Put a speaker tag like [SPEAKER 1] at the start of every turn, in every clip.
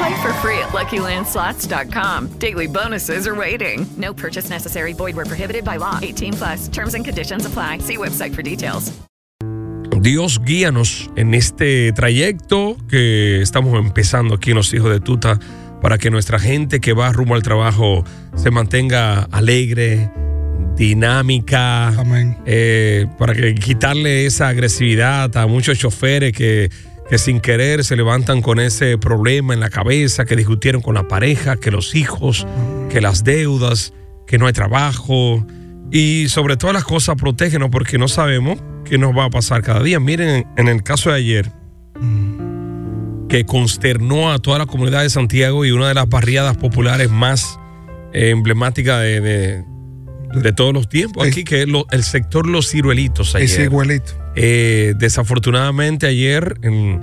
[SPEAKER 1] Play for free at LuckyLandSlots.com. Daily bonuses are waiting. No purchase necessary. Void were prohibited by law. 18 plus. Terms and conditions apply. See website for details.
[SPEAKER 2] Dios guíanos en este trayecto que estamos empezando aquí en los hijos de Tuta para que nuestra gente que va rumbo al trabajo se mantenga alegre, dinámica, eh, para que quitarle esa agresividad a muchos choferes que, que sin querer se levantan con ese problema en la cabeza, que discutieron con la pareja, que los hijos, que las deudas, que no hay trabajo. Y sobre todas las cosas, protégenos porque no sabemos qué nos va a pasar cada día. Miren, en el caso de ayer, que consternó a toda la comunidad de Santiago y una de las barriadas populares más eh, emblemáticas de, de- de todos los tiempos aquí, que es lo- el sector Los Ciruelitos. Ayer.
[SPEAKER 3] Es igualito.
[SPEAKER 2] Eh, desafortunadamente ayer en-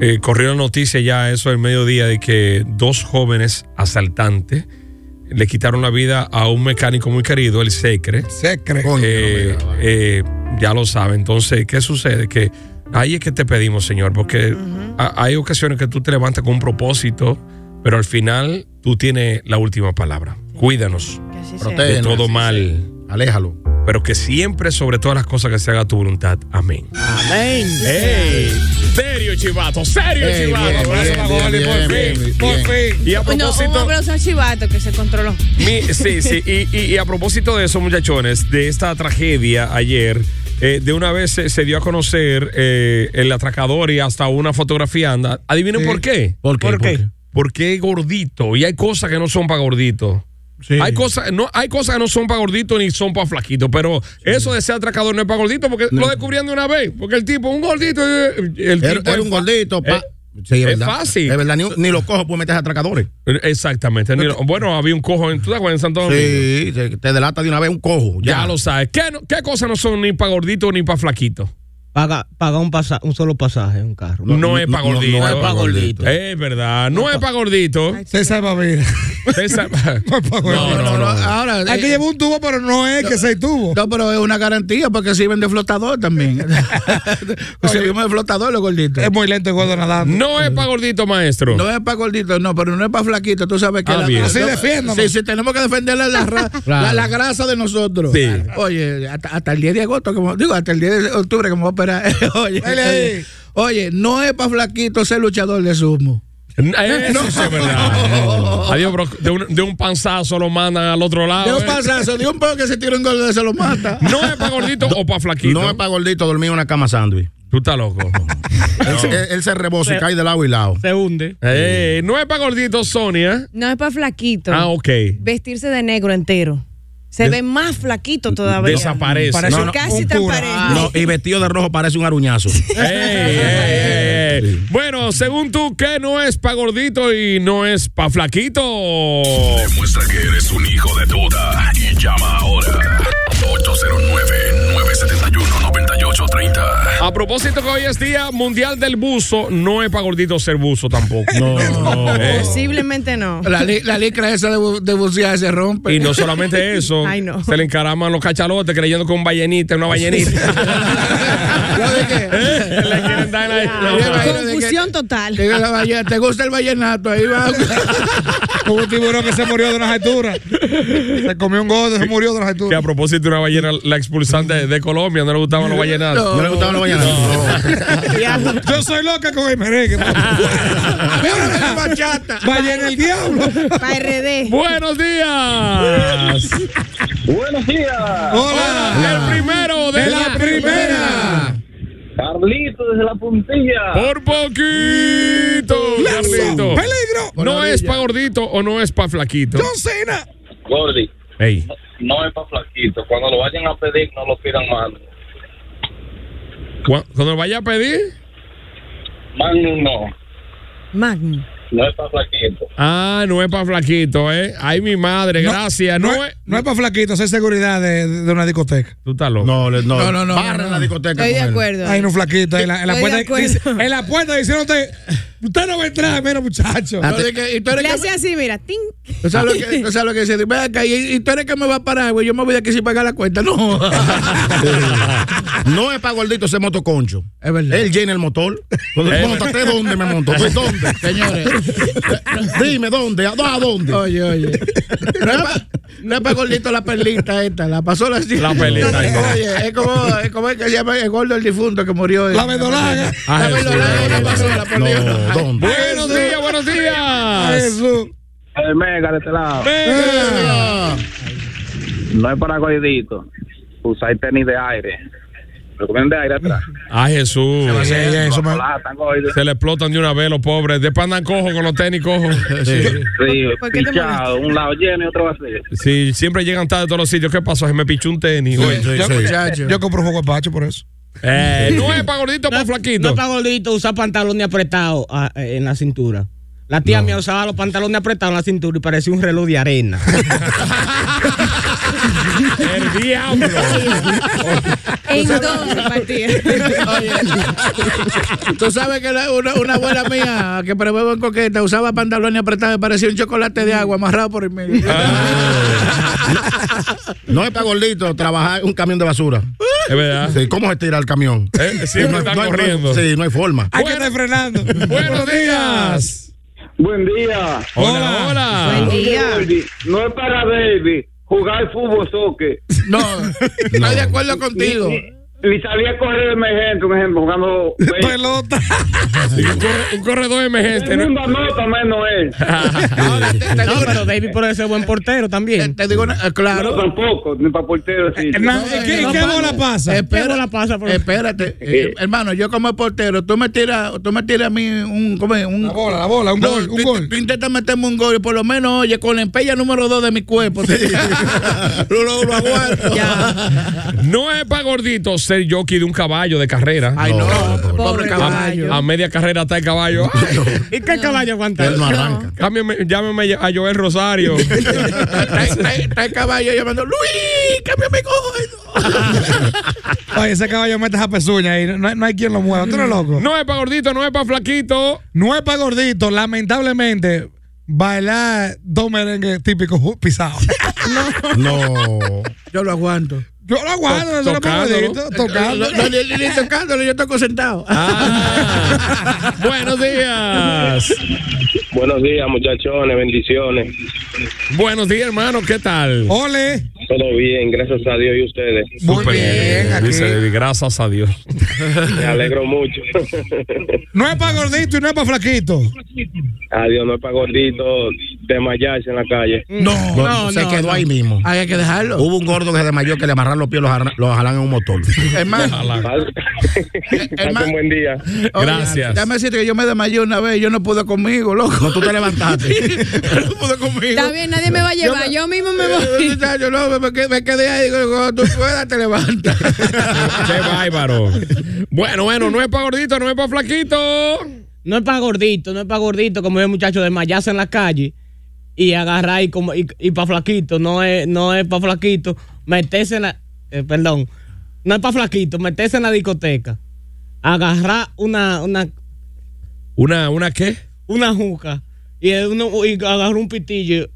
[SPEAKER 2] eh, corrió la noticia ya a eso del mediodía de que dos jóvenes asaltantes le quitaron la vida a un mecánico muy querido, el Secre.
[SPEAKER 3] Secre.
[SPEAKER 2] Eh, eh, ya lo sabe. Entonces, ¿qué sucede? Que ahí es que te pedimos, Señor, porque ha- hay ocasiones que tú te levantas con un propósito, pero al final tú tienes la última palabra. Cuídanos de
[SPEAKER 4] Protégenos,
[SPEAKER 2] todo
[SPEAKER 4] sí,
[SPEAKER 2] mal,
[SPEAKER 4] Aléjalo.
[SPEAKER 2] pero que siempre, sobre todas las cosas, que se haga tu voluntad. Amén.
[SPEAKER 4] Amén.
[SPEAKER 2] Serio, chivato, serio,
[SPEAKER 4] Ey,
[SPEAKER 2] chivato.
[SPEAKER 4] bien,
[SPEAKER 2] Abrazo
[SPEAKER 4] bien,
[SPEAKER 2] para
[SPEAKER 4] bien,
[SPEAKER 2] Goli, por
[SPEAKER 4] bien,
[SPEAKER 2] fin,
[SPEAKER 4] bien,
[SPEAKER 2] por fin. Y a
[SPEAKER 5] No, un
[SPEAKER 2] propósito.
[SPEAKER 5] abrazo a Chivato que se controló.
[SPEAKER 2] mi- sí, sí. Y, y- y a propósito de eso, muchachones, de esta tragedia ayer. eh, de una vez se, se dio a conocer eh, el atracador y hasta una fotografía anda. Adivinen
[SPEAKER 3] Sí.
[SPEAKER 2] por qué.
[SPEAKER 4] ¿Por qué? ¿Por qué?
[SPEAKER 2] Porque es gordito. Y hay cosas que no son para gorditos.
[SPEAKER 3] Sí.
[SPEAKER 2] Hay cosas, no, hay cosas que no son para gorditos ni son para flaquitos, pero eso de ser atracador no es para gorditos porque lo descubrieron de una vez. Porque el tipo, un gordito, eh, el
[SPEAKER 4] Era,
[SPEAKER 2] tipo
[SPEAKER 4] era un
[SPEAKER 2] fa-
[SPEAKER 4] gordito. pa-
[SPEAKER 2] Eh,
[SPEAKER 4] sí,
[SPEAKER 2] es
[SPEAKER 4] verdad.
[SPEAKER 2] fácil.
[SPEAKER 4] Es verdad, ni, ni los cojos pueden meterse atracadores.
[SPEAKER 2] eh, Exactamente. Ni lo- Bueno, había un cojo en, ¿tú te acuerdas? en Santo Domingo.
[SPEAKER 4] Sí, se- te delata de una vez un cojo.
[SPEAKER 2] Ya.
[SPEAKER 4] Ya,
[SPEAKER 2] lo sabes. ¿Qué, no- qué cosas no son ni para gorditos ni para flaquitos?
[SPEAKER 6] Paga, paga un, pasa- un solo pasaje, un carro.
[SPEAKER 2] No, es para
[SPEAKER 4] no- no
[SPEAKER 2] gorditos.
[SPEAKER 4] es pa' gordito.
[SPEAKER 2] Es verdad. No, es para gorditos.
[SPEAKER 3] César Bavira.
[SPEAKER 2] Esa-
[SPEAKER 3] No, no,
[SPEAKER 2] no, no, no.
[SPEAKER 4] Ahora,
[SPEAKER 3] Hay que
[SPEAKER 4] eh,
[SPEAKER 3] llevar un tubo, pero no es que seis tubos.
[SPEAKER 4] no, pero es una garantía porque sirven de flotador también. Servimos de flotador los gorditos.
[SPEAKER 3] Es muy lento y gordo nadando.
[SPEAKER 2] No es para gorditos, maestro.
[SPEAKER 4] Ah, No es para gorditos, no, pero no es para flaquitos. Tú sabes que
[SPEAKER 2] Ah, bien.
[SPEAKER 3] Así defiéndame.
[SPEAKER 4] Sí, sí, tenemos que defender la, la ra- la- la grasa de nosotros.
[SPEAKER 2] Sí.
[SPEAKER 4] Oye, hasta, hasta el 10 de agosto, como, digo, hasta el 10 de octubre, como va a operar. oye,
[SPEAKER 3] Dale ahí.
[SPEAKER 4] oye, oye, no es para flaquito ser luchador de sumo.
[SPEAKER 2] Eso Eh, sí es verdad. Adiós, bro. De un, de un panzazo lo mandan al otro lado.
[SPEAKER 4] De un
[SPEAKER 2] ¿eh?
[SPEAKER 4] pasazo, de un poco que se tira un gol se lo mata.
[SPEAKER 2] No es para gordito o para flaquito.
[SPEAKER 4] No es para gordito dormir en una cama sándwich.
[SPEAKER 2] Tú estás loco.
[SPEAKER 4] Él, se- él- él se rebosa y cae de lado y lado.
[SPEAKER 6] Se hunde.
[SPEAKER 2] Eh, no es para gordito, Sonia.
[SPEAKER 5] No es para flaquito.
[SPEAKER 2] Ah, ok.
[SPEAKER 5] Vestirse de negro entero. Se ve más flaquito todavía.
[SPEAKER 2] Desaparece.
[SPEAKER 3] Parece
[SPEAKER 4] No, no,
[SPEAKER 5] Casi
[SPEAKER 3] un
[SPEAKER 5] transparente.
[SPEAKER 4] No, y vestido de rojo parece un aruñazo.
[SPEAKER 2] Ey, ey, ey, ey. Bueno, según tú, ¿qué no es pa' gordito y no es pa' flaquito?
[SPEAKER 7] Demuestra que eres un hijo de duda y llama ahora. 809-971-9830.
[SPEAKER 2] A propósito que hoy es Día Mundial del Buzo, no es para gorditos ser buzo tampoco. No, Eh,
[SPEAKER 5] Posiblemente no.
[SPEAKER 4] La, li- la licra esa de, bu- de bucear se rompe.
[SPEAKER 2] Y no solamente eso,
[SPEAKER 5] Ay, no.
[SPEAKER 2] se le encaraman los cachalotes creyendo que un ballenita es una ballenita. Eh, le quieren dar ahí. No,
[SPEAKER 4] Yo imagino de que-
[SPEAKER 5] Confusión total.
[SPEAKER 4] Llega la ballena, ¿Te gusta el vallenato? Ahí va.
[SPEAKER 3] Hubo un tiburón que se murió de una altura. Se comió un gordo, se murió de una
[SPEAKER 2] Que a
[SPEAKER 3] altura.
[SPEAKER 2] propósito una ballena la expulsan de, de Colombia, no le gustaban los ballenatos.
[SPEAKER 4] No le gustaban los vallenatos.
[SPEAKER 3] Yo soy loca con el merengue.
[SPEAKER 4] Bachata.
[SPEAKER 3] Ballena el diablo.
[SPEAKER 5] Para RD.
[SPEAKER 2] Buenos días.
[SPEAKER 8] Buenos días,
[SPEAKER 3] Hola.
[SPEAKER 2] El primero de,
[SPEAKER 3] De la primera.
[SPEAKER 8] Carlito desde la puntilla.
[SPEAKER 2] Por poquito, Carlito.
[SPEAKER 3] Peligro.
[SPEAKER 2] No es pa' gordito o no es pa' flaquito.
[SPEAKER 3] John Cena.
[SPEAKER 8] Gordy,
[SPEAKER 2] Ey.
[SPEAKER 8] no es para flaquito. Cuando lo vayan a pedir, no lo pidan mal.
[SPEAKER 2] Cu- Cuando lo vaya a pedir.
[SPEAKER 8] Magnum no,
[SPEAKER 5] Magno.
[SPEAKER 8] no es para flaquito.
[SPEAKER 2] Ah, no es pa' flaquito, ¿eh? Ay, mi madre, gracias. No, es.
[SPEAKER 3] No es para flaquitos, es seguridad de, de una discoteca.
[SPEAKER 2] Tú estás loco.
[SPEAKER 4] No, le- no,
[SPEAKER 3] No, no, no,
[SPEAKER 4] Barra
[SPEAKER 3] no,
[SPEAKER 4] en
[SPEAKER 3] no.
[SPEAKER 4] la discoteca.
[SPEAKER 5] Estoy de
[SPEAKER 4] con él.
[SPEAKER 5] acuerdo.
[SPEAKER 3] Hay un flaquito ahí en la, en la
[SPEAKER 5] Estoy de
[SPEAKER 3] puerta. dice-
[SPEAKER 5] acuerdo.
[SPEAKER 3] en la puerta diciéndote, usted no va a entrar, mira muchacho.
[SPEAKER 4] Ah, tú eres que- y tú eres
[SPEAKER 5] Le
[SPEAKER 4] que-
[SPEAKER 5] hace así, mira. ting.
[SPEAKER 4] ¿Tú sabes lo que, tú sabes lo que dice? Ven acá, y, y tú eres que me va a parar, güey. Yo me voy de aquí sin pagar la cuenta. No.
[SPEAKER 9] No es para gordito ese motoconcho.
[SPEAKER 4] Es verdad.
[SPEAKER 9] Él llena el motor. Cuando
[SPEAKER 2] Es
[SPEAKER 9] tú montaste, ¿dónde me monto? Pues, ¿Dónde?
[SPEAKER 4] Señores.
[SPEAKER 9] Dime, ¿dónde? ¿A a dónde?
[SPEAKER 4] Oye, oye. No es pa- No es para gordito la perlita esta, la pasó la
[SPEAKER 2] La perlita, ahí está.
[SPEAKER 4] Oye, es como, es como el que se llama el gordo el difunto que murió.
[SPEAKER 3] La verdolaga.
[SPEAKER 4] La verdolaga, la pasola, por Dios.
[SPEAKER 9] No, ¿dónde?
[SPEAKER 2] Buenos días, buenos días.
[SPEAKER 3] Jesús.
[SPEAKER 8] El mega de este lado. No es para gordito. Usar tenis de aire. Lo comen de aire atrás.
[SPEAKER 2] Ah, Jesús.
[SPEAKER 3] eso, man.
[SPEAKER 8] Hola, están gordos.
[SPEAKER 2] Se le explotan de una vez los pobres. Después andan cojo con los tenis cojos. Sí.
[SPEAKER 8] Sí,
[SPEAKER 5] ¿Por qué te
[SPEAKER 8] pichado. Un lado lleno y otro vacío.
[SPEAKER 2] Sí, siempre llegan tarde a todos los sitios. ¿Qué pasó? Se me pichó un tenis. güey.
[SPEAKER 3] Yo, yo compro un juego de pacho por eso.
[SPEAKER 2] Eh, no es pa' gordito, pa'
[SPEAKER 6] No
[SPEAKER 2] flaquito.
[SPEAKER 6] es para gordito usar pantalones apretados ah, eh, en la cintura. La tía mía usaba los pantalones apretados en la cintura y parecía un reloj de arena.
[SPEAKER 2] El diablo.
[SPEAKER 5] Entonces, partida.
[SPEAKER 4] Oye, tú sabes que la- una, una abuela mía que preveía en coqueta usaba pantalones apretados y parecía un chocolate de agua amarrado por el medio.
[SPEAKER 9] No es para gordito trabajar un camión de basura.
[SPEAKER 2] Es verdad.
[SPEAKER 9] Sí, ¿Cómo se tira el camión?
[SPEAKER 2] Ah. Eh, siempre
[SPEAKER 9] No hay-
[SPEAKER 2] está
[SPEAKER 9] no hay-
[SPEAKER 2] corriendo.
[SPEAKER 9] Sí, no hay forma.
[SPEAKER 3] Hay que estar frenando.
[SPEAKER 2] Buenos días.
[SPEAKER 8] Buen día.
[SPEAKER 2] Hola, hola.
[SPEAKER 5] Buen día.
[SPEAKER 8] No es para baby. Jugar fútbol, soccer.
[SPEAKER 4] No, estoy de acuerdo contigo.
[SPEAKER 8] Y salía a correr emergente, un ejemplo, jugando.
[SPEAKER 3] Pelota.
[SPEAKER 2] Sí, un corre- Un corredor emergente. este, ¿no?
[SPEAKER 8] Segunda nota menos es.
[SPEAKER 4] Ahora, te, te
[SPEAKER 6] No,
[SPEAKER 4] digo,
[SPEAKER 6] pero David puede ser buen portero
[SPEAKER 4] te-
[SPEAKER 6] también.
[SPEAKER 4] te digo una- eh,
[SPEAKER 8] No,
[SPEAKER 4] claro. Eh,
[SPEAKER 8] tampoco, ni para portero. Sí.
[SPEAKER 3] Hernán, ¿y qué, y qué bola pasa?
[SPEAKER 4] Espera-
[SPEAKER 6] bola pasa, por-
[SPEAKER 4] Espérate, eh, hermano, yo como portero, tú me tiras, tú me tiras a mí un, ¿cómo es? un
[SPEAKER 3] La bola, la bola, un
[SPEAKER 4] No,
[SPEAKER 3] gol, un
[SPEAKER 4] tú-
[SPEAKER 3] gol.
[SPEAKER 4] Tú intentas meterme un gol y por lo menos, oye, con la empella número 2 de mi cuerpo. lo, lo- lo aguanto.
[SPEAKER 2] No es pa' gordito ser jockey de un caballo de carrera.
[SPEAKER 4] Ay, no, pobre,
[SPEAKER 5] Pobre
[SPEAKER 4] caballo.
[SPEAKER 5] caballo.
[SPEAKER 2] A media carrera está el caballo. Ay,
[SPEAKER 6] ¿Y qué caballo aguanta?
[SPEAKER 9] Él no arranca.
[SPEAKER 2] cámbiame- llámeme a Joel Rosario.
[SPEAKER 4] Está- está- Está el caballo llamando, Luis, cámbiame gol.
[SPEAKER 3] Oye, ese caballo mete esa pezuña ahí. No, no hay quien lo mueva. Tú eres loco.
[SPEAKER 2] No es pa' gordito, no es pa' flaquito.
[SPEAKER 3] No es para gordito, lamentablemente, bailar dos merengues típicos ju- pisados.
[SPEAKER 9] No.
[SPEAKER 4] Yo lo aguanto.
[SPEAKER 3] Yo lo aguardo,
[SPEAKER 2] To-
[SPEAKER 3] eso no es pa'
[SPEAKER 2] tocándolo.
[SPEAKER 3] gordito, tocando.
[SPEAKER 4] No, no, ni- ni- ni tocándolo, yo toco sentado.
[SPEAKER 2] Ah, buenos días.
[SPEAKER 8] Buenos días, muchachones, bendiciones.
[SPEAKER 2] Buenos días, hermano. ¿Qué tal?
[SPEAKER 3] Ole,
[SPEAKER 8] Todo bien, gracias a Dios y ustedes.
[SPEAKER 3] muy
[SPEAKER 2] Súper
[SPEAKER 3] bien. aquí.
[SPEAKER 2] Dice David, gracias a Dios.
[SPEAKER 8] Me alegro mucho.
[SPEAKER 3] No es para gordito y no es para flaquito.
[SPEAKER 8] Adiós, Ah, no es para gordito desmayarse en la calle.
[SPEAKER 3] Mm.
[SPEAKER 4] No,
[SPEAKER 9] No, se quedó ahí mismo.
[SPEAKER 4] Hay que dejarlo.
[SPEAKER 9] Hubo un gordo que se desmayó que le amarraron los pies, lo jarra- lo jalan en un motor.
[SPEAKER 4] Hermano,
[SPEAKER 8] Pase un buen día.
[SPEAKER 4] Oye,
[SPEAKER 2] Gracias.
[SPEAKER 4] Déjame decirte que yo me desmayé una vez, yo no pude conmigo, loco.
[SPEAKER 9] No, tú te levantaste.
[SPEAKER 4] yo no pude conmigo.
[SPEAKER 5] Está bien, nadie me va a llevar. Yo mismo me voy.
[SPEAKER 4] Yo no, me quedé, me quedé ahí, digo, cuando tú puedas te levantas.
[SPEAKER 2] Qué bárbaro. Bueno, bueno, no es para gordito, no es para flaquito.
[SPEAKER 6] No es para gordito, no es para gordito, como el muchacho desmayarse en la calle y agarrar y, como, y, para flaquito, no es, no es para flaquito, meterse en la. eh, perdón, no es para flaquito, meterse en la discoteca agarrar una, una,
[SPEAKER 2] ¿Una, una qué?
[SPEAKER 6] una juca y, uno, y agarrar un pitillo.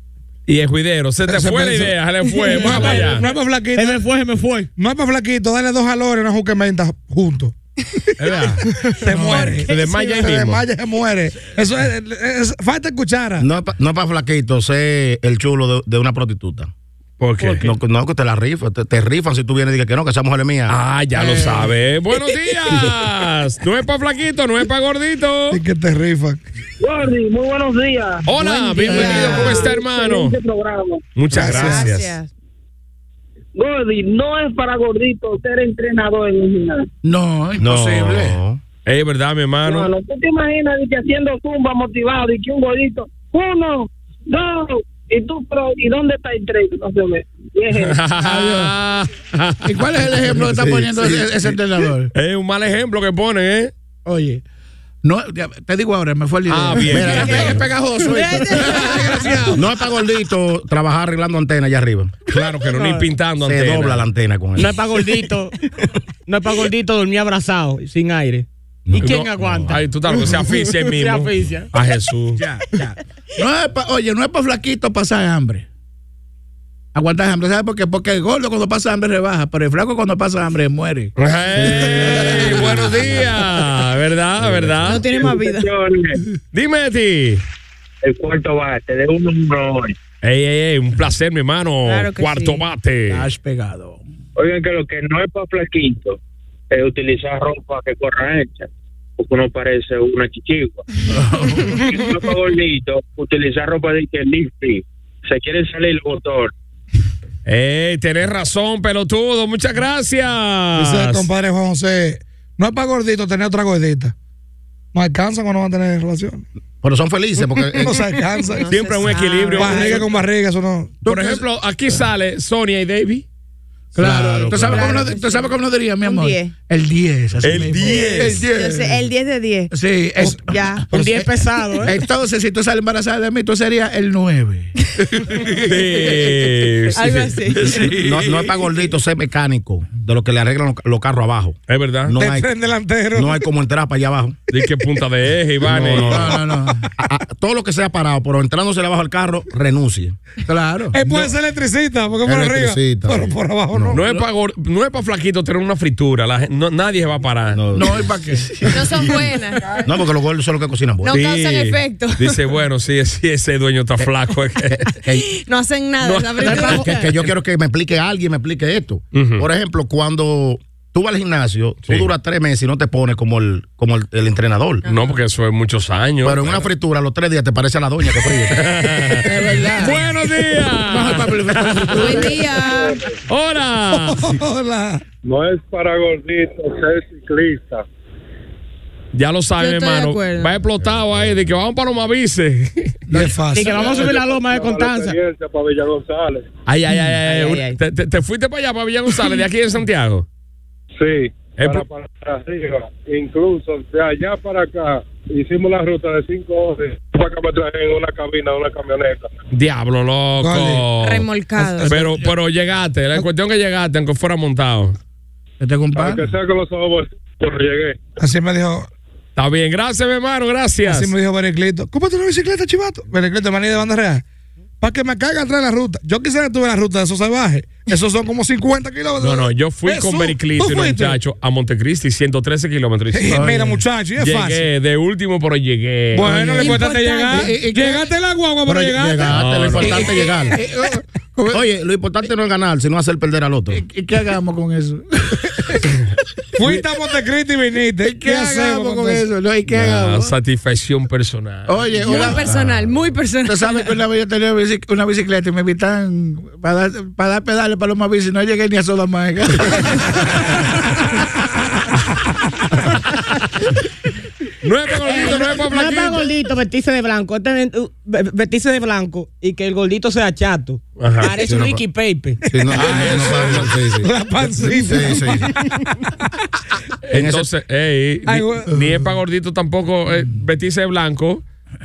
[SPEAKER 2] Y el juidero. Se te fue la idea, se le fue. Vamos allá.
[SPEAKER 3] No es para flaquito. Se me fue, se me fue. No es para flaquito, dale dos valores una juca en venta juntos.
[SPEAKER 2] Se
[SPEAKER 3] muere.
[SPEAKER 2] Se eh, desmaya ahí
[SPEAKER 3] Se
[SPEAKER 2] mismo.
[SPEAKER 3] desmaya, se muere. Eso es, es- falta cuchara.
[SPEAKER 10] No es para flaquito, sé el chulo de, de una prostituta.
[SPEAKER 2] ¿Por
[SPEAKER 3] qué?
[SPEAKER 10] No, no, que te la rifan, te, te rifan si tú vienes y dices que no, que esa mujer es mía.
[SPEAKER 2] Ah, ya
[SPEAKER 3] Eh.
[SPEAKER 2] lo sabes. Buenos días. No es para flaquito, no es para gordito.
[SPEAKER 3] Es que te rifan.
[SPEAKER 11] Gordy, muy buenos días.
[SPEAKER 2] Hola, bienvenido. ¿Cómo está, hermano?
[SPEAKER 11] Excelente programa.
[SPEAKER 2] Muchas gracias.
[SPEAKER 11] Gordy, no es para gordito ser entrenador en un gimnasio.
[SPEAKER 10] No,
[SPEAKER 2] imposible. Es verdad, mi
[SPEAKER 11] No,
[SPEAKER 2] hermano.
[SPEAKER 11] no, tú te imaginas de que haciendo zumba motivado y que un gordito, uno, dos, y tú, pero, ¿y dónde está el tres? No se ve. Y es eso.
[SPEAKER 4] ¿Y cuál es el ejemplo que está
[SPEAKER 2] Sí,
[SPEAKER 4] poniendo
[SPEAKER 2] sí,
[SPEAKER 4] ese, ese
[SPEAKER 2] sí.
[SPEAKER 4] entrenador?
[SPEAKER 2] Es un mal ejemplo que ponen, ¿eh?
[SPEAKER 4] Oye, no, ya, te digo ahora, me fue el idea.
[SPEAKER 2] Ah, bien,
[SPEAKER 4] Mira,
[SPEAKER 2] bien,
[SPEAKER 4] es
[SPEAKER 2] bien.
[SPEAKER 4] pegajoso. esto.
[SPEAKER 10] No es para gordito trabajar arreglando antena allá arriba.
[SPEAKER 2] Claro que no, ni pintando
[SPEAKER 10] Se
[SPEAKER 2] antena.
[SPEAKER 10] dobla la antena con él.
[SPEAKER 6] No es para gordito. no es para gordito dormir abrazado, sin aire. ¿Y quién
[SPEAKER 2] No,
[SPEAKER 6] aguanta?
[SPEAKER 2] Ay, tú tal se asfixia ahí
[SPEAKER 6] Se
[SPEAKER 2] mismo.
[SPEAKER 6] asfixia.
[SPEAKER 2] A Jesús.
[SPEAKER 4] No es pa- oye, no es para flaquito pasar hambre. Aguantar hambre, ¿sabes por qué? Porque el gordo cuando pasa hambre rebaja, pero el flaco cuando pasa hambre muere.
[SPEAKER 2] ¡Ey! buenos días. ¿Verdad? ¿Verdad?
[SPEAKER 5] No tiene más vida.
[SPEAKER 2] Dime a ti.
[SPEAKER 8] El cuarto bate de uno uno hoy.
[SPEAKER 2] Ey, ey, ey, un placer, mi hermano.
[SPEAKER 8] Claro que
[SPEAKER 2] Cuarto
[SPEAKER 8] sí.
[SPEAKER 2] bate.
[SPEAKER 4] Has pegado.
[SPEAKER 8] Oigan, que lo que no es para flaquito es utilizar ropa que corra hecha, porque uno parece una chichigua. Y no es para gordito utilizar ropa de que limpie. Se quiere salir el motor.
[SPEAKER 2] Ey, tenés razón, pelotudo. Muchas
[SPEAKER 3] Dice el
[SPEAKER 2] gracias.
[SPEAKER 3] compadre Juan José, no es para gordito tener otra gordita. No alcanzan o no van a tener relación.
[SPEAKER 10] Pero son felices porque.
[SPEAKER 3] No se alcanzan.
[SPEAKER 2] Siempre un equilibrio.
[SPEAKER 3] Barriga con barriga, eso no.
[SPEAKER 2] Por ejemplo, aquí sale Sonia y David.
[SPEAKER 4] Claro, ¿tú, sabes
[SPEAKER 5] claro
[SPEAKER 4] cómo
[SPEAKER 5] que
[SPEAKER 4] no, tú sabes cómo no diría, mi
[SPEAKER 5] Un
[SPEAKER 4] amor?
[SPEAKER 5] 10.
[SPEAKER 4] El 10. así
[SPEAKER 2] El
[SPEAKER 4] mismo.
[SPEAKER 2] 10.
[SPEAKER 5] Yo sé, el 10 de 10.
[SPEAKER 4] Sí, es,
[SPEAKER 5] Ya.
[SPEAKER 4] Un
[SPEAKER 6] día es pesado, ¿eh?
[SPEAKER 4] Entonces, si tú sales embarazada de mí, tú serías el 9.
[SPEAKER 2] Sí, sí.
[SPEAKER 5] Algo así.
[SPEAKER 10] No, no es para gordito ser mecánico de los que le arreglan los, los carros abajo.
[SPEAKER 2] Es verdad.
[SPEAKER 10] No
[SPEAKER 3] Del
[SPEAKER 10] hay,
[SPEAKER 3] tren delantero.
[SPEAKER 10] no hay como entrar para allá abajo.
[SPEAKER 2] Dice que punta de eje, Iván.
[SPEAKER 10] No,
[SPEAKER 2] y-
[SPEAKER 10] no, no, no, no. A- a- todo lo que sea parado, pero entrándose abajo al carro, renuncie.
[SPEAKER 4] Claro.
[SPEAKER 3] Él puede ser electricista, porque por arriba.
[SPEAKER 10] Electricista.
[SPEAKER 3] Pero por abajo no.
[SPEAKER 2] No es para no es pa flaquito tener una fritura. La gen- no- nadie se va a parar.
[SPEAKER 10] No,
[SPEAKER 4] No, ¿y para qué?
[SPEAKER 12] No son buenas.
[SPEAKER 10] No, porque los gordos son los que cocinan bueno.
[SPEAKER 12] No causan efecto.
[SPEAKER 2] Dice, bueno, sí, sí, ese dueño está flaco. es que-
[SPEAKER 10] Que,
[SPEAKER 12] No hacen nada.
[SPEAKER 2] No.
[SPEAKER 12] la verdad.
[SPEAKER 10] que- que yo quiero que me explique alguien, me explique esto.
[SPEAKER 2] Ujú.
[SPEAKER 10] Por ejemplo, cuando tú vas al gimnasio, tú
[SPEAKER 2] Sí.
[SPEAKER 10] duras tres meses y no te pones como el, como el, el entrenador.
[SPEAKER 4] Ah.
[SPEAKER 2] no, porque eso es muchos años.
[SPEAKER 10] Pero en una fritura, a los tres días te parece a la doña que fríe.
[SPEAKER 2] ¡Buenos días!
[SPEAKER 12] Buen día.
[SPEAKER 2] ¡Hola!
[SPEAKER 3] Hola.
[SPEAKER 8] No es para gordito ser ciclista.
[SPEAKER 2] Ya lo saben,
[SPEAKER 5] Yo estoy de
[SPEAKER 2] hermano.
[SPEAKER 5] acuerdo.
[SPEAKER 2] Va explotado ahí de que vamos para los mavices.
[SPEAKER 3] Y es fácil.
[SPEAKER 6] Y que vamos a subir la loma de Constanza.
[SPEAKER 8] para Villa González.
[SPEAKER 2] Ay, ay, ay, ay.
[SPEAKER 6] Ay,
[SPEAKER 2] un-
[SPEAKER 6] ay, ay.
[SPEAKER 2] Te, te- te fuiste para allá, para Villa González, de aquí en Santiago.
[SPEAKER 8] Sí,
[SPEAKER 2] Eh,
[SPEAKER 8] para, para arriba. Incluso de allá para acá hicimos la ruta de 5 horas. Para acá me traje en una cabina, una camioneta.
[SPEAKER 2] Diablo, loco.
[SPEAKER 3] Vale.
[SPEAKER 5] Remolcado.
[SPEAKER 2] Pero, pero llegaste. La cuestión que llegaste, aunque fuera montado.
[SPEAKER 4] Yo tengo este un
[SPEAKER 8] Aunque
[SPEAKER 4] pan.
[SPEAKER 8] sea con los ojos, pues pero llegué.
[SPEAKER 3] Así me dijo,
[SPEAKER 2] Está bien. Gracias, mi hermano. Gracias.
[SPEAKER 3] así me dijo Bericlito. ¿Cómo una bicicleta, chivato? Bericlito, maní de banda real. Para que me caiga atrás de la ruta. Yo quisiera que tuve la ruta de esos salvajes. Esos son como 50 kilómetros.
[SPEAKER 2] No, no, yo fui
[SPEAKER 3] Jesús,
[SPEAKER 2] con Bericlito
[SPEAKER 3] ¿tú
[SPEAKER 2] y los
[SPEAKER 3] fuiste?
[SPEAKER 2] muchachos a Montecristi, 113 kilómetros.
[SPEAKER 3] Y Mira, muchachos, y es fácil.
[SPEAKER 2] Llegué de último, pero llegué.
[SPEAKER 3] Bueno, le cuesta
[SPEAKER 5] Importante. Eh,
[SPEAKER 3] llegar.
[SPEAKER 10] Ah, Y- y-
[SPEAKER 3] Llegaste a la guagua, pero,
[SPEAKER 10] Pero
[SPEAKER 3] llegaste.
[SPEAKER 10] llegaste,
[SPEAKER 2] No,
[SPEAKER 10] lo
[SPEAKER 2] no.
[SPEAKER 10] importante es
[SPEAKER 4] Eh,
[SPEAKER 10] llegar. Oye, lo importante no es ganar, sino hacer perder al otro.
[SPEAKER 4] ¿Y oh, Eh, qué hagamos con eso?
[SPEAKER 3] Fuiste a Montecristi y viniste.
[SPEAKER 4] ¿Y qué hacemos con
[SPEAKER 3] eso?
[SPEAKER 4] eso? No, ¿Y qué
[SPEAKER 2] Ah,
[SPEAKER 4] hagamos?
[SPEAKER 2] satisfacción personal.
[SPEAKER 3] Oh.
[SPEAKER 4] Oye,
[SPEAKER 5] Eh, Muy
[SPEAKER 4] una,
[SPEAKER 5] personal, muy personal.
[SPEAKER 4] tú sabes que una vez yo tenía bici- una bicicleta y me invitan para dar, para dar pedales para los más bici. No llegué ni a Soda Mágica.
[SPEAKER 2] No es para gordito, no es para
[SPEAKER 6] No es para
[SPEAKER 2] flaquito.
[SPEAKER 6] gordito vestirse de blanco. Este ven- uh, ve- vestirse de blanco y que el gordito sea chato.
[SPEAKER 2] Ajá.
[SPEAKER 6] Parece un Ricky Paper.
[SPEAKER 10] Sí,
[SPEAKER 4] Ah,
[SPEAKER 10] no, no, no, sí, sí.
[SPEAKER 3] La pancita.
[SPEAKER 10] Sí, sí.
[SPEAKER 2] Entonces, ey,
[SPEAKER 3] Ay,
[SPEAKER 2] ni,
[SPEAKER 3] güey.
[SPEAKER 2] ni es para gordito tampoco eh, vestirse de blanco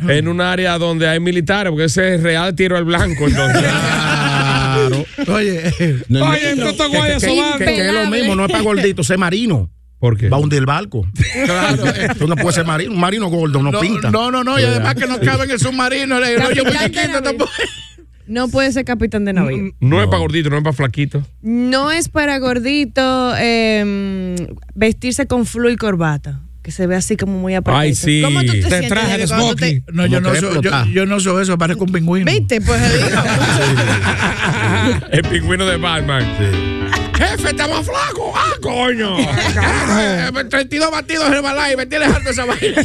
[SPEAKER 2] en un área donde hay militares, porque ese es real tiro al blanco. Entonces.
[SPEAKER 10] Claro.
[SPEAKER 4] Oye,
[SPEAKER 10] No, no,
[SPEAKER 3] Oye, en
[SPEAKER 10] no.
[SPEAKER 3] Coto
[SPEAKER 10] Que-
[SPEAKER 3] Guaya,
[SPEAKER 10] que-
[SPEAKER 3] eso
[SPEAKER 10] que-
[SPEAKER 3] va.
[SPEAKER 10] que- que es lo mismo, no es para gordito, ser marino.
[SPEAKER 2] Porque
[SPEAKER 10] va a hundir el barco. claro. Tú no puedes ser marino. Un marino gordo no,
[SPEAKER 4] No,
[SPEAKER 10] pinta.
[SPEAKER 4] no, no, no, y además que no cabe en el submarino, el rollo
[SPEAKER 5] Capitán
[SPEAKER 4] muy
[SPEAKER 5] de
[SPEAKER 4] chiquito tampoco.
[SPEAKER 5] No puede ser capitán de navío.
[SPEAKER 2] No, es para gordito, no es para flaquito.
[SPEAKER 5] No es para gordito em, vestirse con flu y corbata. Que se ve así como muy apretado.
[SPEAKER 2] Ay, sí.
[SPEAKER 5] ¿Cómo tú te,
[SPEAKER 2] Te
[SPEAKER 5] sientes,
[SPEAKER 2] traje
[SPEAKER 5] Diego,
[SPEAKER 2] de
[SPEAKER 5] cuando tú te-
[SPEAKER 2] smoking.
[SPEAKER 4] No, yo
[SPEAKER 2] Como
[SPEAKER 4] no,
[SPEAKER 2] que
[SPEAKER 4] soy, yo,
[SPEAKER 2] explotado.
[SPEAKER 4] yo no soy eso, parezco un pingüino.
[SPEAKER 5] ¿Viste? Pues ahí-
[SPEAKER 2] El pingüino de Batman.
[SPEAKER 4] Jefe, estamos flacos. ¡Ah, coño! Eh, 32 batidos en Herbalife, me tienes harto esa vaina.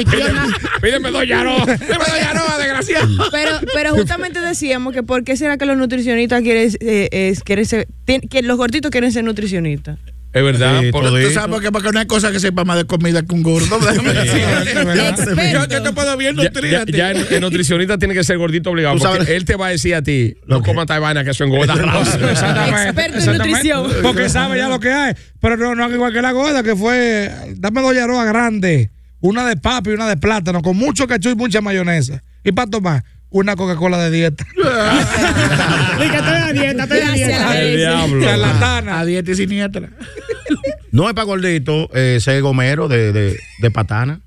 [SPEAKER 4] Pídeme-
[SPEAKER 2] Pídeme dos yaros.
[SPEAKER 4] Pídeme dos yaros, desgraciado.
[SPEAKER 5] Pero, pero justamente decíamos que por qué será que los nutricionistas quieren, eh, eh, quieren ser, tien- que los gorditos quieren ser nutricionistas.
[SPEAKER 2] Es verdad.
[SPEAKER 4] Sí,
[SPEAKER 2] por-
[SPEAKER 4] ¿Tú sabes por qué? Porque no hay cosa que sepa más de comida que un gordo. Déjame decirte. Yo, yo te puedo bien
[SPEAKER 2] Ya,
[SPEAKER 4] nutrir
[SPEAKER 2] ya-
[SPEAKER 4] a ti.
[SPEAKER 2] ya el, el nutricionista tiene que ser gordito obligado.
[SPEAKER 10] Tú sabes-
[SPEAKER 2] Porque él te va a decir a ti, no comas tal vaina que eso engorda.
[SPEAKER 5] Experto en nutrición.
[SPEAKER 3] Porque sabe ya lo que hay. Pero no, no haga igual que la gorda, que fue. Dame dos yaroas grandes, una de papa y una de plátano, con mucho cachú y mucha mayonesa. Y para tomar, una Coca-Cola de dieta.
[SPEAKER 2] El diablo.
[SPEAKER 3] Charlatana.
[SPEAKER 4] A dieta y siniestra.
[SPEAKER 10] No es para gordito eh, ser gomero de, de, de patana.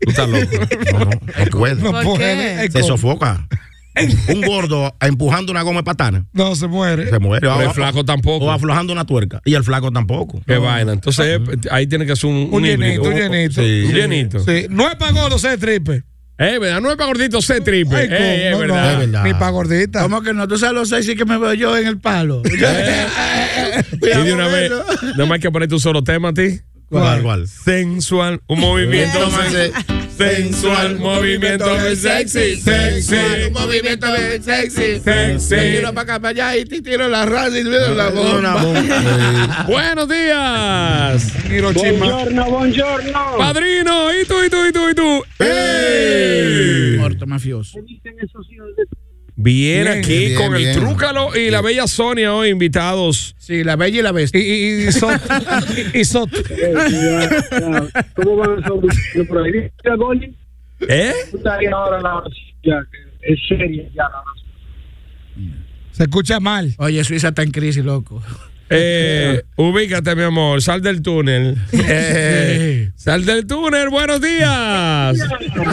[SPEAKER 2] Tú estás loco.
[SPEAKER 10] No, no, no puede.
[SPEAKER 3] No
[SPEAKER 5] ¿Por
[SPEAKER 3] puede.
[SPEAKER 5] qué?
[SPEAKER 10] Se sofoca. Un gordo empujando una goma de patana.
[SPEAKER 3] No, se muere.
[SPEAKER 10] Se muere.
[SPEAKER 2] Pero
[SPEAKER 10] O-
[SPEAKER 2] el flaco tampoco.
[SPEAKER 10] O aflojando una tuerca. Y el flaco tampoco.
[SPEAKER 2] Qué vaina. Entonces eh, ahí tiene que ser un,
[SPEAKER 3] Ah. Un llenito,
[SPEAKER 2] híbrido.
[SPEAKER 3] un llenito.
[SPEAKER 10] Sí.
[SPEAKER 2] Un llenito.
[SPEAKER 3] Sí, No es para gordo ser tripe.
[SPEAKER 2] Eh, verdad, no es para gordito ser triple.
[SPEAKER 3] Ay,
[SPEAKER 2] Ey, es
[SPEAKER 3] no, no,
[SPEAKER 2] verdad.
[SPEAKER 3] Ni para gordita.
[SPEAKER 4] ¿Cómo que no? Tú sabes lo sexy que me veo yo en el palo.
[SPEAKER 2] Y de una vez, nada más que ponerte un solo tema a ti.
[SPEAKER 10] Igual, igual.
[SPEAKER 2] Sensual, un movimiento
[SPEAKER 10] Entonces,
[SPEAKER 2] sen- sensual, movimiento muy sexy, sexy,
[SPEAKER 4] Un movimiento de sexy. Te
[SPEAKER 2] sexy.
[SPEAKER 4] tiro para acá, para allá y te tiro la raza y te tiro la
[SPEAKER 10] Una
[SPEAKER 4] bomba.
[SPEAKER 10] bomba.
[SPEAKER 2] Buenos días,
[SPEAKER 3] Hiroshima.
[SPEAKER 11] Buongiorno, buongiorno.
[SPEAKER 2] padrino. Y tú, y tú, y tú, y tú. ¡Ey!
[SPEAKER 4] Muerto mafioso.
[SPEAKER 2] Bien aquí
[SPEAKER 10] bien,
[SPEAKER 2] con el
[SPEAKER 10] bien.
[SPEAKER 2] Trúcalo y la bella Sonia hoy invitados.
[SPEAKER 4] Sí, la bella y la
[SPEAKER 3] Y,
[SPEAKER 4] bestia.
[SPEAKER 3] y, y Soto. y, y Soto.
[SPEAKER 11] Eh, ya, ya. ¿Cómo van a solucionar por ahí? Mira, Goli,
[SPEAKER 2] ¿Eh?
[SPEAKER 11] tú estás ahí ahora la oración, ya, es seria ya la oración.
[SPEAKER 3] Se escucha mal.
[SPEAKER 4] Oye, Suiza está en crisis, loco.
[SPEAKER 2] Eh, ubícate, mi amor, sal del túnel. Eh, sal del túnel, buenos días.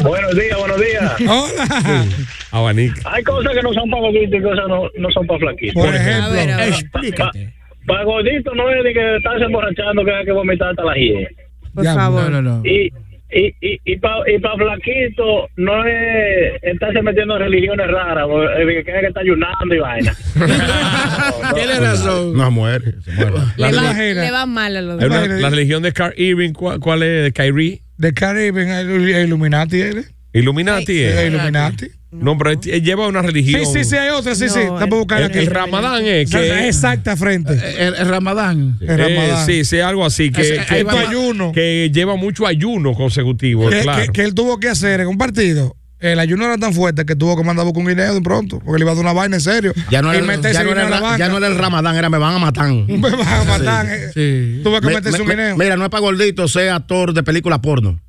[SPEAKER 8] Buenos días, buenos días.
[SPEAKER 3] Hola.
[SPEAKER 2] Abanica.
[SPEAKER 8] Hay cosas que no son para gorditos y cosas no, no son para flaquitos.
[SPEAKER 3] Por ejemplo.
[SPEAKER 5] ver, a ver.
[SPEAKER 4] Explícate.
[SPEAKER 8] Para gorditos no es de que estarse emborrachando que hay que vomitar hasta la hiel.
[SPEAKER 5] Por
[SPEAKER 3] Ya,
[SPEAKER 5] favor.
[SPEAKER 4] No, no, no.
[SPEAKER 8] Y, y, y, y para y pa flaquito no es estarse metiendo en religiones raras, o, eh, de que hay que estar ayunando y vaina.
[SPEAKER 4] Tienes razón.
[SPEAKER 10] No muere. Se muere.
[SPEAKER 5] Le, va,
[SPEAKER 3] relajera.
[SPEAKER 5] le va mal a los
[SPEAKER 2] Hay
[SPEAKER 5] dos.
[SPEAKER 2] una- la religión de Carl Irving, ¿cuál, cuál es? De Kyrie.
[SPEAKER 3] De Caribe, el Illuminati eres.
[SPEAKER 2] Illuminati
[SPEAKER 3] El
[SPEAKER 2] es.
[SPEAKER 3] Illuminati.
[SPEAKER 4] Eh,
[SPEAKER 2] No, pero él, él lleva una religión.
[SPEAKER 3] Sí, sí, sí, hay otra, sí, sí.
[SPEAKER 5] No,
[SPEAKER 3] Estamos buscando
[SPEAKER 2] El,
[SPEAKER 3] aquí.
[SPEAKER 2] el Ramadán es
[SPEAKER 3] Esa-
[SPEAKER 2] que.
[SPEAKER 3] Exacta frente.
[SPEAKER 4] El, el Ramadán.
[SPEAKER 3] El
[SPEAKER 2] eh,
[SPEAKER 3] Ramadán.
[SPEAKER 2] sí, sí, algo así. Que,
[SPEAKER 4] Ese-
[SPEAKER 2] que-
[SPEAKER 4] ahí va-
[SPEAKER 2] que-
[SPEAKER 3] ayuno.
[SPEAKER 2] que lleva mucho ayuno consecutivo,
[SPEAKER 3] que,
[SPEAKER 2] claro.
[SPEAKER 3] que- que él tuvo que hacer en un partido. El ayuno era tan fuerte que tuvo que mandar a buscar un guineo de pronto, porque le iba a dar una vaina en serio.
[SPEAKER 10] Ya no,
[SPEAKER 3] y
[SPEAKER 10] era,
[SPEAKER 3] meterse
[SPEAKER 10] ya, no
[SPEAKER 3] guineo
[SPEAKER 10] era,
[SPEAKER 3] en la
[SPEAKER 10] el ra-
[SPEAKER 3] banca.
[SPEAKER 10] ya no era el ramadán, era me van a matar.
[SPEAKER 3] Me vas a matar. eh.
[SPEAKER 4] Sí.
[SPEAKER 3] Tuve que
[SPEAKER 10] Me-
[SPEAKER 3] meterse
[SPEAKER 10] me-
[SPEAKER 3] un
[SPEAKER 10] me-
[SPEAKER 3] guineo.
[SPEAKER 10] mira, no es para gordito ser actor de película porno.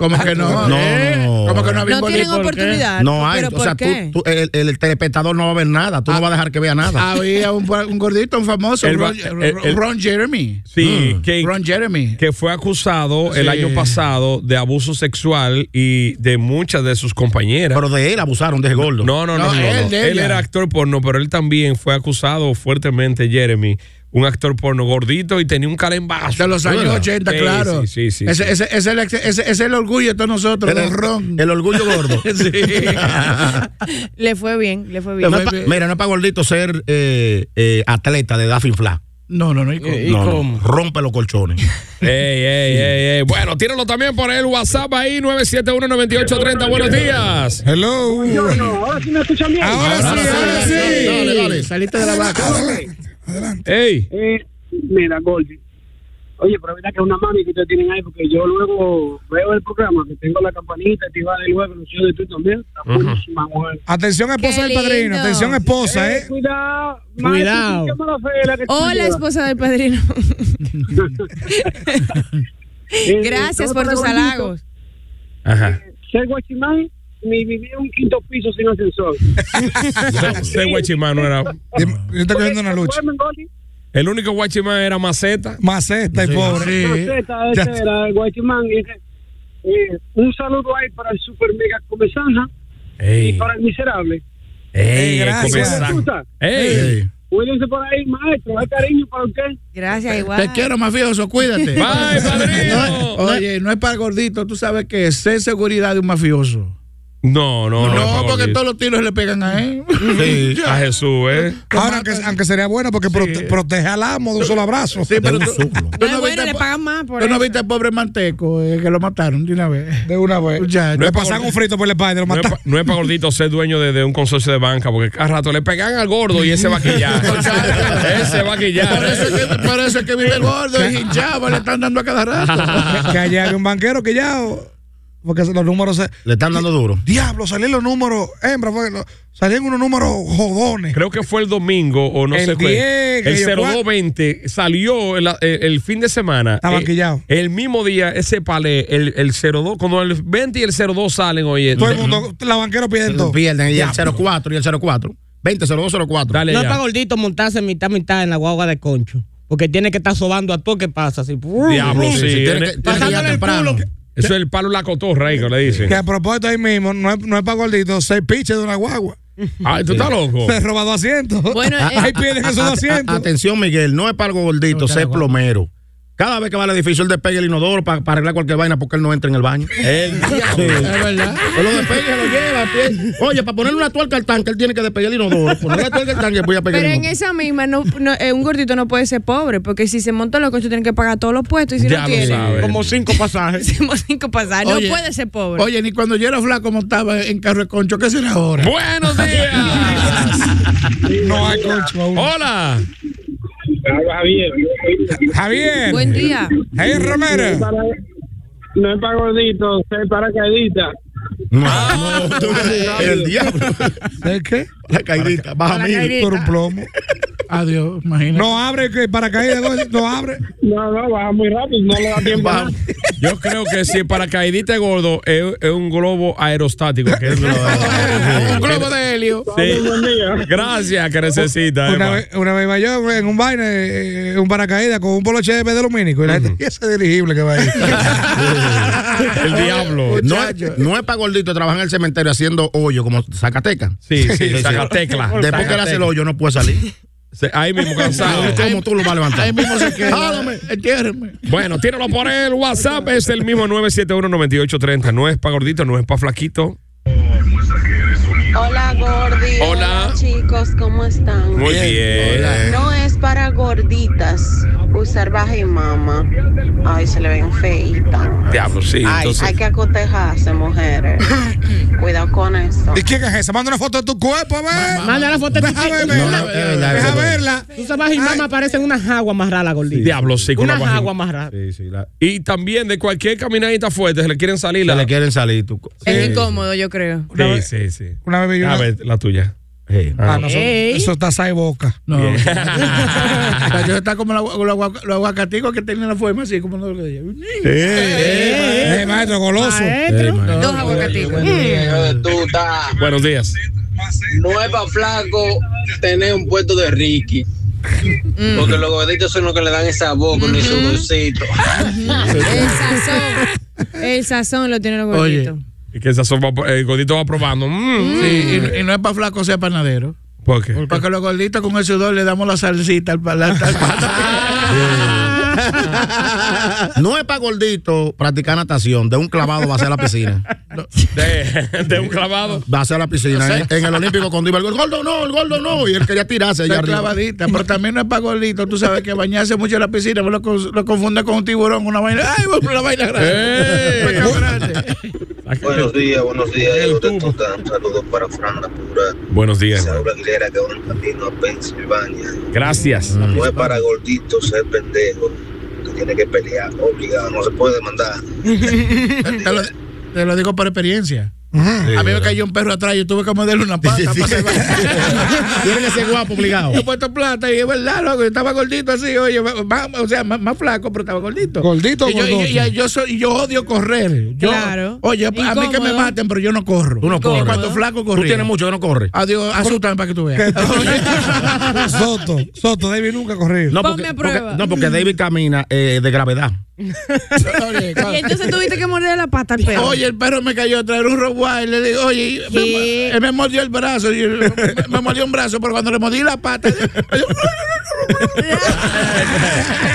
[SPEAKER 3] Ah,
[SPEAKER 4] ¿Cómo que no?
[SPEAKER 10] No,
[SPEAKER 4] ¿Eh?
[SPEAKER 10] no.
[SPEAKER 4] ¿Cómo que no?
[SPEAKER 5] No
[SPEAKER 4] Bimbo?
[SPEAKER 5] tienen
[SPEAKER 4] ¿Por qué?
[SPEAKER 5] oportunidad.
[SPEAKER 10] No hay.
[SPEAKER 5] ¿Pero
[SPEAKER 10] O
[SPEAKER 5] por
[SPEAKER 10] sea, tú,
[SPEAKER 5] qué?
[SPEAKER 10] tú- el, el telespectador no va a ver nada. Tú no vas a dejar que vea nada.
[SPEAKER 4] Ah, Había un, un gordito, un famoso,
[SPEAKER 2] El va-
[SPEAKER 4] Ron,
[SPEAKER 2] el- el-
[SPEAKER 4] Ron Jeremy.
[SPEAKER 2] sí,
[SPEAKER 10] Mm.
[SPEAKER 2] que,
[SPEAKER 4] Ron Jeremy.
[SPEAKER 2] que fue acusado el
[SPEAKER 4] Sí.
[SPEAKER 2] año pasado de abuso sexual y de muchas de sus compañeras.
[SPEAKER 10] Pero de él abusaron, de ese gordo.
[SPEAKER 2] No, no, no.
[SPEAKER 4] No,
[SPEAKER 2] no, no.
[SPEAKER 4] él
[SPEAKER 2] él
[SPEAKER 4] de ella.
[SPEAKER 2] era actor porno, pero él también fue acusado fuertemente, Jeremy, un actor porno gordito y tenía un calembazo.
[SPEAKER 4] De los años
[SPEAKER 2] ¿Verdad?
[SPEAKER 4] 80,
[SPEAKER 2] Sí,
[SPEAKER 4] claro.
[SPEAKER 2] Sí, sí, sí.
[SPEAKER 4] Ese, ese- ese es el, ex- ese- ese es el orgullo de todos nosotros,
[SPEAKER 10] Era
[SPEAKER 4] el ron.
[SPEAKER 10] el orgullo gordo.
[SPEAKER 4] Sí.
[SPEAKER 5] Le fue bien, le fue bien.
[SPEAKER 10] No es pa- mira, no es para gordito ser eh, eh, atleta de Daffin Fla.
[SPEAKER 4] No, no, no. ¿y cómo?
[SPEAKER 10] No, no. Rompe los colchones.
[SPEAKER 2] Ey, ey, ey, ey. Bueno, tíralo también por el WhatsApp ahí, 971-9830. Buenos días.
[SPEAKER 3] Hello.
[SPEAKER 11] No, ahora sí me escuchan bien.
[SPEAKER 3] Ahora sí, ahora sí.
[SPEAKER 4] Dale, dale, saliste de la vaca.
[SPEAKER 2] Ey.
[SPEAKER 11] Eh, mira, Goldi. Oye, pero mira que es una mami que ustedes tienen ahí, porque yo luego veo el programa, que tengo la campanita activada y luego los shows de tú también. Está buenísima, mujer.
[SPEAKER 3] Atención, esposa
[SPEAKER 5] Qué
[SPEAKER 3] del padrino.
[SPEAKER 5] lindo.
[SPEAKER 3] Atención, esposa, ¿eh?
[SPEAKER 11] Cuidado,
[SPEAKER 4] Cuidado.
[SPEAKER 11] maestro, qué mala fe la que tú
[SPEAKER 5] Hola,
[SPEAKER 11] llevas.
[SPEAKER 5] esposa del padrino.
[SPEAKER 11] Eh,
[SPEAKER 5] Gracias
[SPEAKER 11] todo
[SPEAKER 5] por
[SPEAKER 11] para
[SPEAKER 5] tus
[SPEAKER 11] gordito,
[SPEAKER 5] halagos.
[SPEAKER 2] Ajá.
[SPEAKER 4] eh,
[SPEAKER 11] Ser guachimán, ni vivir en un quinto piso sin ascensor.
[SPEAKER 2] Ese guachimán no era.
[SPEAKER 3] Yo estoy cogiendo una lucha.
[SPEAKER 11] Duermen, Goldi.
[SPEAKER 2] El único guachimán era Maceta.
[SPEAKER 3] Maceta,
[SPEAKER 11] Sí. Maceta, ese era el Guachimán. Y ese- eh, un saludo ahí para el super mega comensanja y para el miserable.
[SPEAKER 2] Ey,
[SPEAKER 11] gracias.
[SPEAKER 2] comenzamos.
[SPEAKER 11] Escucha.
[SPEAKER 2] Ey.
[SPEAKER 11] Cuídense por ahí, maestro. Hay cariño para usted.
[SPEAKER 5] Gracias, Ah,
[SPEAKER 11] igual.
[SPEAKER 4] Te quiero, mafioso, cuídate.
[SPEAKER 11] Bye,
[SPEAKER 4] No, oye, no es para gordito, tú sabes que es ser seguridad de un mafioso.
[SPEAKER 2] No, no, no. es
[SPEAKER 4] No,
[SPEAKER 2] para
[SPEAKER 4] porque
[SPEAKER 2] gordito.
[SPEAKER 4] todos los tiros le pegan a él.
[SPEAKER 2] Sí, a Jesús, ¿eh?
[SPEAKER 3] Ahora, aunque, aunque sería bueno porque prote- protege al amo de un solo abrazo.
[SPEAKER 4] Sí, pero tú-
[SPEAKER 5] No es bueno, le pagan más por
[SPEAKER 4] ¿Tú no
[SPEAKER 5] eso.
[SPEAKER 4] viste al pobre Manteco eh, que lo mataron de una vez?
[SPEAKER 3] De una vez.
[SPEAKER 2] No
[SPEAKER 3] le
[SPEAKER 2] es pa-
[SPEAKER 3] pasan un frito por la espalda y lo
[SPEAKER 2] No es,
[SPEAKER 3] matan.
[SPEAKER 2] pa- no es para gordito ser dueño de, de un consorcio de banca, porque cada rato le pegan al gordo y ese va a quillar. ese va a quillar.
[SPEAKER 4] Por eso es que, por eso es que vive el gordo y hinchado, le están dando a cada
[SPEAKER 3] que, que
[SPEAKER 4] rato.
[SPEAKER 3] allá había un banquero que ya. o- Porque los números. se-
[SPEAKER 10] Le están dando duro.
[SPEAKER 3] Diablo, salían los números. Hembra, fue que lo- salían unos números jodones.
[SPEAKER 2] Creo que fue el domingo o no
[SPEAKER 3] El
[SPEAKER 2] sé
[SPEAKER 3] 10,
[SPEAKER 2] qué. El
[SPEAKER 3] que yo-
[SPEAKER 2] 0220 salió el, el- el fin de semana.
[SPEAKER 3] Estaba
[SPEAKER 2] Eh,
[SPEAKER 3] quillado.
[SPEAKER 2] El mismo día, ese palé, el, el 02, cuando el 20 y el 02 salen eh, hoy.
[SPEAKER 3] Todo el mundo, la banquero piden todo.
[SPEAKER 10] Pierden y el
[SPEAKER 3] Diablo.
[SPEAKER 10] 04 y el 04. 20 0204.
[SPEAKER 2] Dale
[SPEAKER 6] No es
[SPEAKER 2] ya.
[SPEAKER 6] para gordito montarse mitad mitad en la guagua de concho. Porque tiene que estar sobando a todo que pasa. Así.
[SPEAKER 2] Diablo, sí.
[SPEAKER 10] tiene que-
[SPEAKER 2] eh,
[SPEAKER 10] tiene que llegar
[SPEAKER 2] pasándole el
[SPEAKER 10] temprano.
[SPEAKER 2] culo. Eso es el palo y la cotorra ahí que le dicen.
[SPEAKER 3] Que a propósito ahí mismo, no es, no es para gordito, seis piches de una guagua.
[SPEAKER 2] Ay, tú estás Ah, loco.
[SPEAKER 3] Se roba dos asientos.
[SPEAKER 5] Bueno, eh,
[SPEAKER 3] ahí pierden esos
[SPEAKER 10] A-
[SPEAKER 3] dos
[SPEAKER 10] a-
[SPEAKER 3] asientos.
[SPEAKER 10] Atención, Miguel, no es para algo gordito, sé plomero. Cada vez que va al edificio, él despegue el inodoro para arreglar cualquier vaina porque él no entra en el baño.
[SPEAKER 2] El
[SPEAKER 10] Sí. Él lo despegue, lo lleva. pie- Oye, para ponerle una tuerca al tanque, él tiene que despegar el inodoro. Ponerle la tuerca al tanque, voy a pegar el
[SPEAKER 5] Pero en
[SPEAKER 10] inodoro.
[SPEAKER 5] esa misma, no, no, eh, un gordito no puede ser pobre, porque si se monta en los coches tienen que pagar todos los puestos y si
[SPEAKER 2] Ya
[SPEAKER 5] no
[SPEAKER 2] lo
[SPEAKER 5] tiene,
[SPEAKER 2] sabes.
[SPEAKER 6] Como cinco pasajes.
[SPEAKER 5] hacemos cinco pasadas. No
[SPEAKER 4] Oye,
[SPEAKER 5] puede ser pobre.
[SPEAKER 4] Oye, ni cuando yo era flaco montaba en carro de concho, ¿qué será ahora?
[SPEAKER 2] Buenos días.
[SPEAKER 3] No hay concho aún.
[SPEAKER 2] Hola.
[SPEAKER 11] Javier.
[SPEAKER 3] Javier.
[SPEAKER 5] Buen día.
[SPEAKER 3] Hey, Romero.
[SPEAKER 11] No es para gordito, es para caidita.
[SPEAKER 10] No, no, tú- el diablo.
[SPEAKER 3] ¿Sabes qué?
[SPEAKER 10] La caidita, baja mil.
[SPEAKER 3] Por un plomo.
[SPEAKER 4] Adiós, imagínate.
[SPEAKER 3] No abre, que para caer, no abre.
[SPEAKER 11] No, no, baja muy rápido, no le da tiempo. a nada.
[SPEAKER 2] Yo creo que si el paracaidista es gordo, es, es un globo aerostático. que es lo-
[SPEAKER 4] Un globo de helio.
[SPEAKER 2] Sí.
[SPEAKER 11] Buen día.
[SPEAKER 2] Gracias que necesita.
[SPEAKER 3] Una
[SPEAKER 2] Emma.
[SPEAKER 3] vez, una vez iba yo en un baile, eh, un paracaídas con un poloche de dominico. Y la gente, "¿Y ese dirigible que va ahí.
[SPEAKER 2] El diablo.
[SPEAKER 10] No es, no es para gordito trabajar en el cementerio haciendo hoyo como Zacatecas.
[SPEAKER 2] Sí, sí, Zacatecla.
[SPEAKER 10] Después que le hace el hoyo, no puede salir.
[SPEAKER 2] Se- Ahí mismo cansado.
[SPEAKER 10] ¿Cómo tú lo vas a levantar?
[SPEAKER 4] Ahí mismo se queda.
[SPEAKER 10] Jálame.
[SPEAKER 4] Entiérreme.
[SPEAKER 2] Bueno, tíralo por el WhatsApp. Es el mismo 9719830. No es para gordito, no es para flaquito.
[SPEAKER 13] Hola Gordi.
[SPEAKER 2] Hola.
[SPEAKER 13] chicos, ¿cómo están?
[SPEAKER 2] Muy bien.
[SPEAKER 10] Eh,
[SPEAKER 13] No es para gorditas usar baja y mama. Ay, se le ven feitas.
[SPEAKER 2] Diablo, sí.
[SPEAKER 13] Ay,
[SPEAKER 2] Entonces,
[SPEAKER 13] hay que acotejarse, mujeres. Cuidado con eso.
[SPEAKER 3] ¿Y quién es ese? Manda una foto de tu cuerpo, a ver.
[SPEAKER 6] Manda la foto de tu
[SPEAKER 3] Deja
[SPEAKER 6] chico.
[SPEAKER 3] verla.
[SPEAKER 10] No, eh, no, es verdad,
[SPEAKER 3] Deja
[SPEAKER 10] es verdad.
[SPEAKER 3] verla.
[SPEAKER 6] Tú sabes, y mamá aparecen unas aguas más raras, gordito.
[SPEAKER 2] diablo, sí. con
[SPEAKER 6] unas
[SPEAKER 2] una
[SPEAKER 6] aguas
[SPEAKER 2] vagina.
[SPEAKER 6] más raras.
[SPEAKER 10] Sí, sí, la-
[SPEAKER 2] Y también de cualquier caminadita fuerte, se le quieren salir
[SPEAKER 10] se
[SPEAKER 2] la.
[SPEAKER 10] le quieren salir. Tú,
[SPEAKER 5] es incómodo, yo creo.
[SPEAKER 2] Sí, sí, sí.
[SPEAKER 3] Una vez vi
[SPEAKER 2] A
[SPEAKER 3] una-
[SPEAKER 2] ver, la tuya.
[SPEAKER 10] Sí.
[SPEAKER 3] Ah,
[SPEAKER 2] Ah.
[SPEAKER 3] no, eso,
[SPEAKER 6] Ey.
[SPEAKER 3] eso está asada de boca.
[SPEAKER 4] No. O sea, yo está como la- los aguac- los aguacaticos que tienen la forma así, como no lo que
[SPEAKER 3] Eh, maestro, goloso.
[SPEAKER 6] Maestro.
[SPEAKER 5] Dos aguacaticos.
[SPEAKER 2] Buenos días.
[SPEAKER 14] No es para flaco tener un puesto de Ricky.
[SPEAKER 5] Mm.
[SPEAKER 14] Porque los gorditos son los que le dan esa boca ni su dulcito.
[SPEAKER 5] El sazón. El sazón lo tienen los gorditos.
[SPEAKER 2] Y que esa sopa, el gordito va probando. Mm,
[SPEAKER 4] Sí, y, y no es para flaco sea panadero.
[SPEAKER 2] ¿Por qué?
[SPEAKER 4] Para que los gorditos con el sudor le damos la salsita al paladar.
[SPEAKER 10] No es para gordito practicar natación. De un clavado va hacia la piscina.
[SPEAKER 2] De, de un clavado.
[SPEAKER 10] Va hacia la piscina. En, en el Olímpico cuando iba el gordo no, el gordo no. Y él quería tirarse allá
[SPEAKER 4] La
[SPEAKER 10] arriba.
[SPEAKER 4] clavadita, pero también no es para gordito. Tú sabes que bañarse mucho en la piscina pues lo, cons- lo confunde con un tiburón, una vaina. ¡Ay, bueno, una vaina grande!
[SPEAKER 2] ¡Ey!
[SPEAKER 10] Eh.
[SPEAKER 4] Una cabra grande.
[SPEAKER 14] Buenos días, buenos días.
[SPEAKER 2] El
[SPEAKER 14] hijo de
[SPEAKER 2] tubo.
[SPEAKER 14] tuta. Saludos para Fran La Pura,
[SPEAKER 2] Buenos días.
[SPEAKER 14] Isaura Aguilera, que va en camino a Pensilvania.
[SPEAKER 2] Gracias.
[SPEAKER 14] No es para gorditos ser pendejo. Que tiene que pelear, obligado, no se puede demandar.
[SPEAKER 4] te, lo, te lo digo por experiencia. A mí me cayó un perro atrás, yo tuve que morderle una pata. para que vaya.
[SPEAKER 10] Tiene que ser guapo, obligado.
[SPEAKER 4] Yo he puesto plata y es verdad, loco. Yo estaba gordito así, oye, más- o sea, más, más flaco, pero estaba gordito.
[SPEAKER 3] Gordito,
[SPEAKER 4] y yo, y yo-
[SPEAKER 3] gordoso.
[SPEAKER 4] y yo soy- y yo odio correr. Yo,
[SPEAKER 3] Claro.
[SPEAKER 4] Oye, a mí que me
[SPEAKER 3] Incómodo.
[SPEAKER 4] maten, pero yo no corro.
[SPEAKER 10] Tú no corres.
[SPEAKER 4] En cuanto flaco corrí.
[SPEAKER 10] Tú tienes mucho que no corres.
[SPEAKER 4] Adiós, asústame para que tú veas.
[SPEAKER 3] Soto, Soto, David nunca corrió.
[SPEAKER 10] No, porque, porque- no, porque David camina eh, de gravedad.
[SPEAKER 5] Y entonces tuviste que morder la pata al perro.
[SPEAKER 4] Oye, el perro me cayó a traer un rottweiler. Le digo, oye, y me, él me mordió el brazo. y- me, me mordió un brazo, pero cuando le mordí la pata.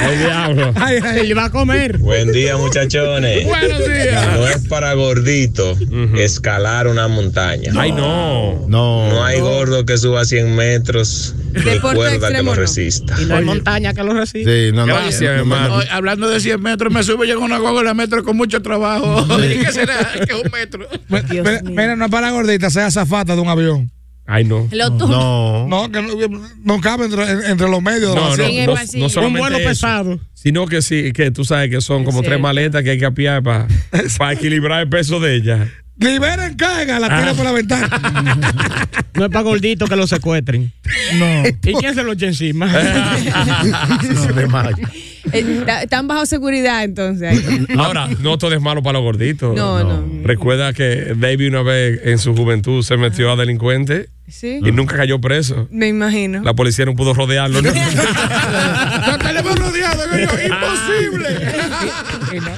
[SPEAKER 7] El diablo.
[SPEAKER 3] Ay, ay,
[SPEAKER 6] va a comer.
[SPEAKER 7] Buen día, muchachones.
[SPEAKER 4] Buenos días.
[SPEAKER 7] No es para gordito escalar una montaña. Ay, no.
[SPEAKER 10] No.
[SPEAKER 7] No hay gordo que suba 100 metros ni
[SPEAKER 6] Deporte
[SPEAKER 7] cuerda que
[SPEAKER 6] extremo,
[SPEAKER 7] lo
[SPEAKER 6] no.
[SPEAKER 7] resista.
[SPEAKER 6] Y no hay montaña que lo reciba.
[SPEAKER 4] Oye, oye, hablando de 100 metros, me subo yo con una guagua metro con mucho trabajo. ¿Y qué será? ¿Qué es un metro?
[SPEAKER 3] Mira, mira, no es para gordita, sea zafata de un avión.
[SPEAKER 2] Ay, no.
[SPEAKER 3] No, que no, no cabe entre, entre los medios. de la
[SPEAKER 2] No, no,
[SPEAKER 3] nación.
[SPEAKER 2] no, no solamente eso, Sino que sí, que tú sabes que son como tres
[SPEAKER 3] cierto.
[SPEAKER 2] maletas que hay que apiar para equilibrar el peso de ella.
[SPEAKER 3] Liberen, carga, la tira
[SPEAKER 2] Ah.
[SPEAKER 3] por la ventana.
[SPEAKER 6] No es para gorditos que lo secuestren.
[SPEAKER 3] No.
[SPEAKER 6] ¿Y quién se lo echa encima?
[SPEAKER 5] Eh, Están bajo seguridad entonces.
[SPEAKER 2] Ahora, no todo es malo para los gorditos.
[SPEAKER 5] No, no.
[SPEAKER 2] Recuerda que David una vez en su juventud se metió a delincuente
[SPEAKER 5] Sí.
[SPEAKER 2] y nunca cayó preso.
[SPEAKER 5] Me imagino.
[SPEAKER 2] La policía no pudo rodearlo. ¿no?
[SPEAKER 4] No tenemos rodeado, coño. Imposible.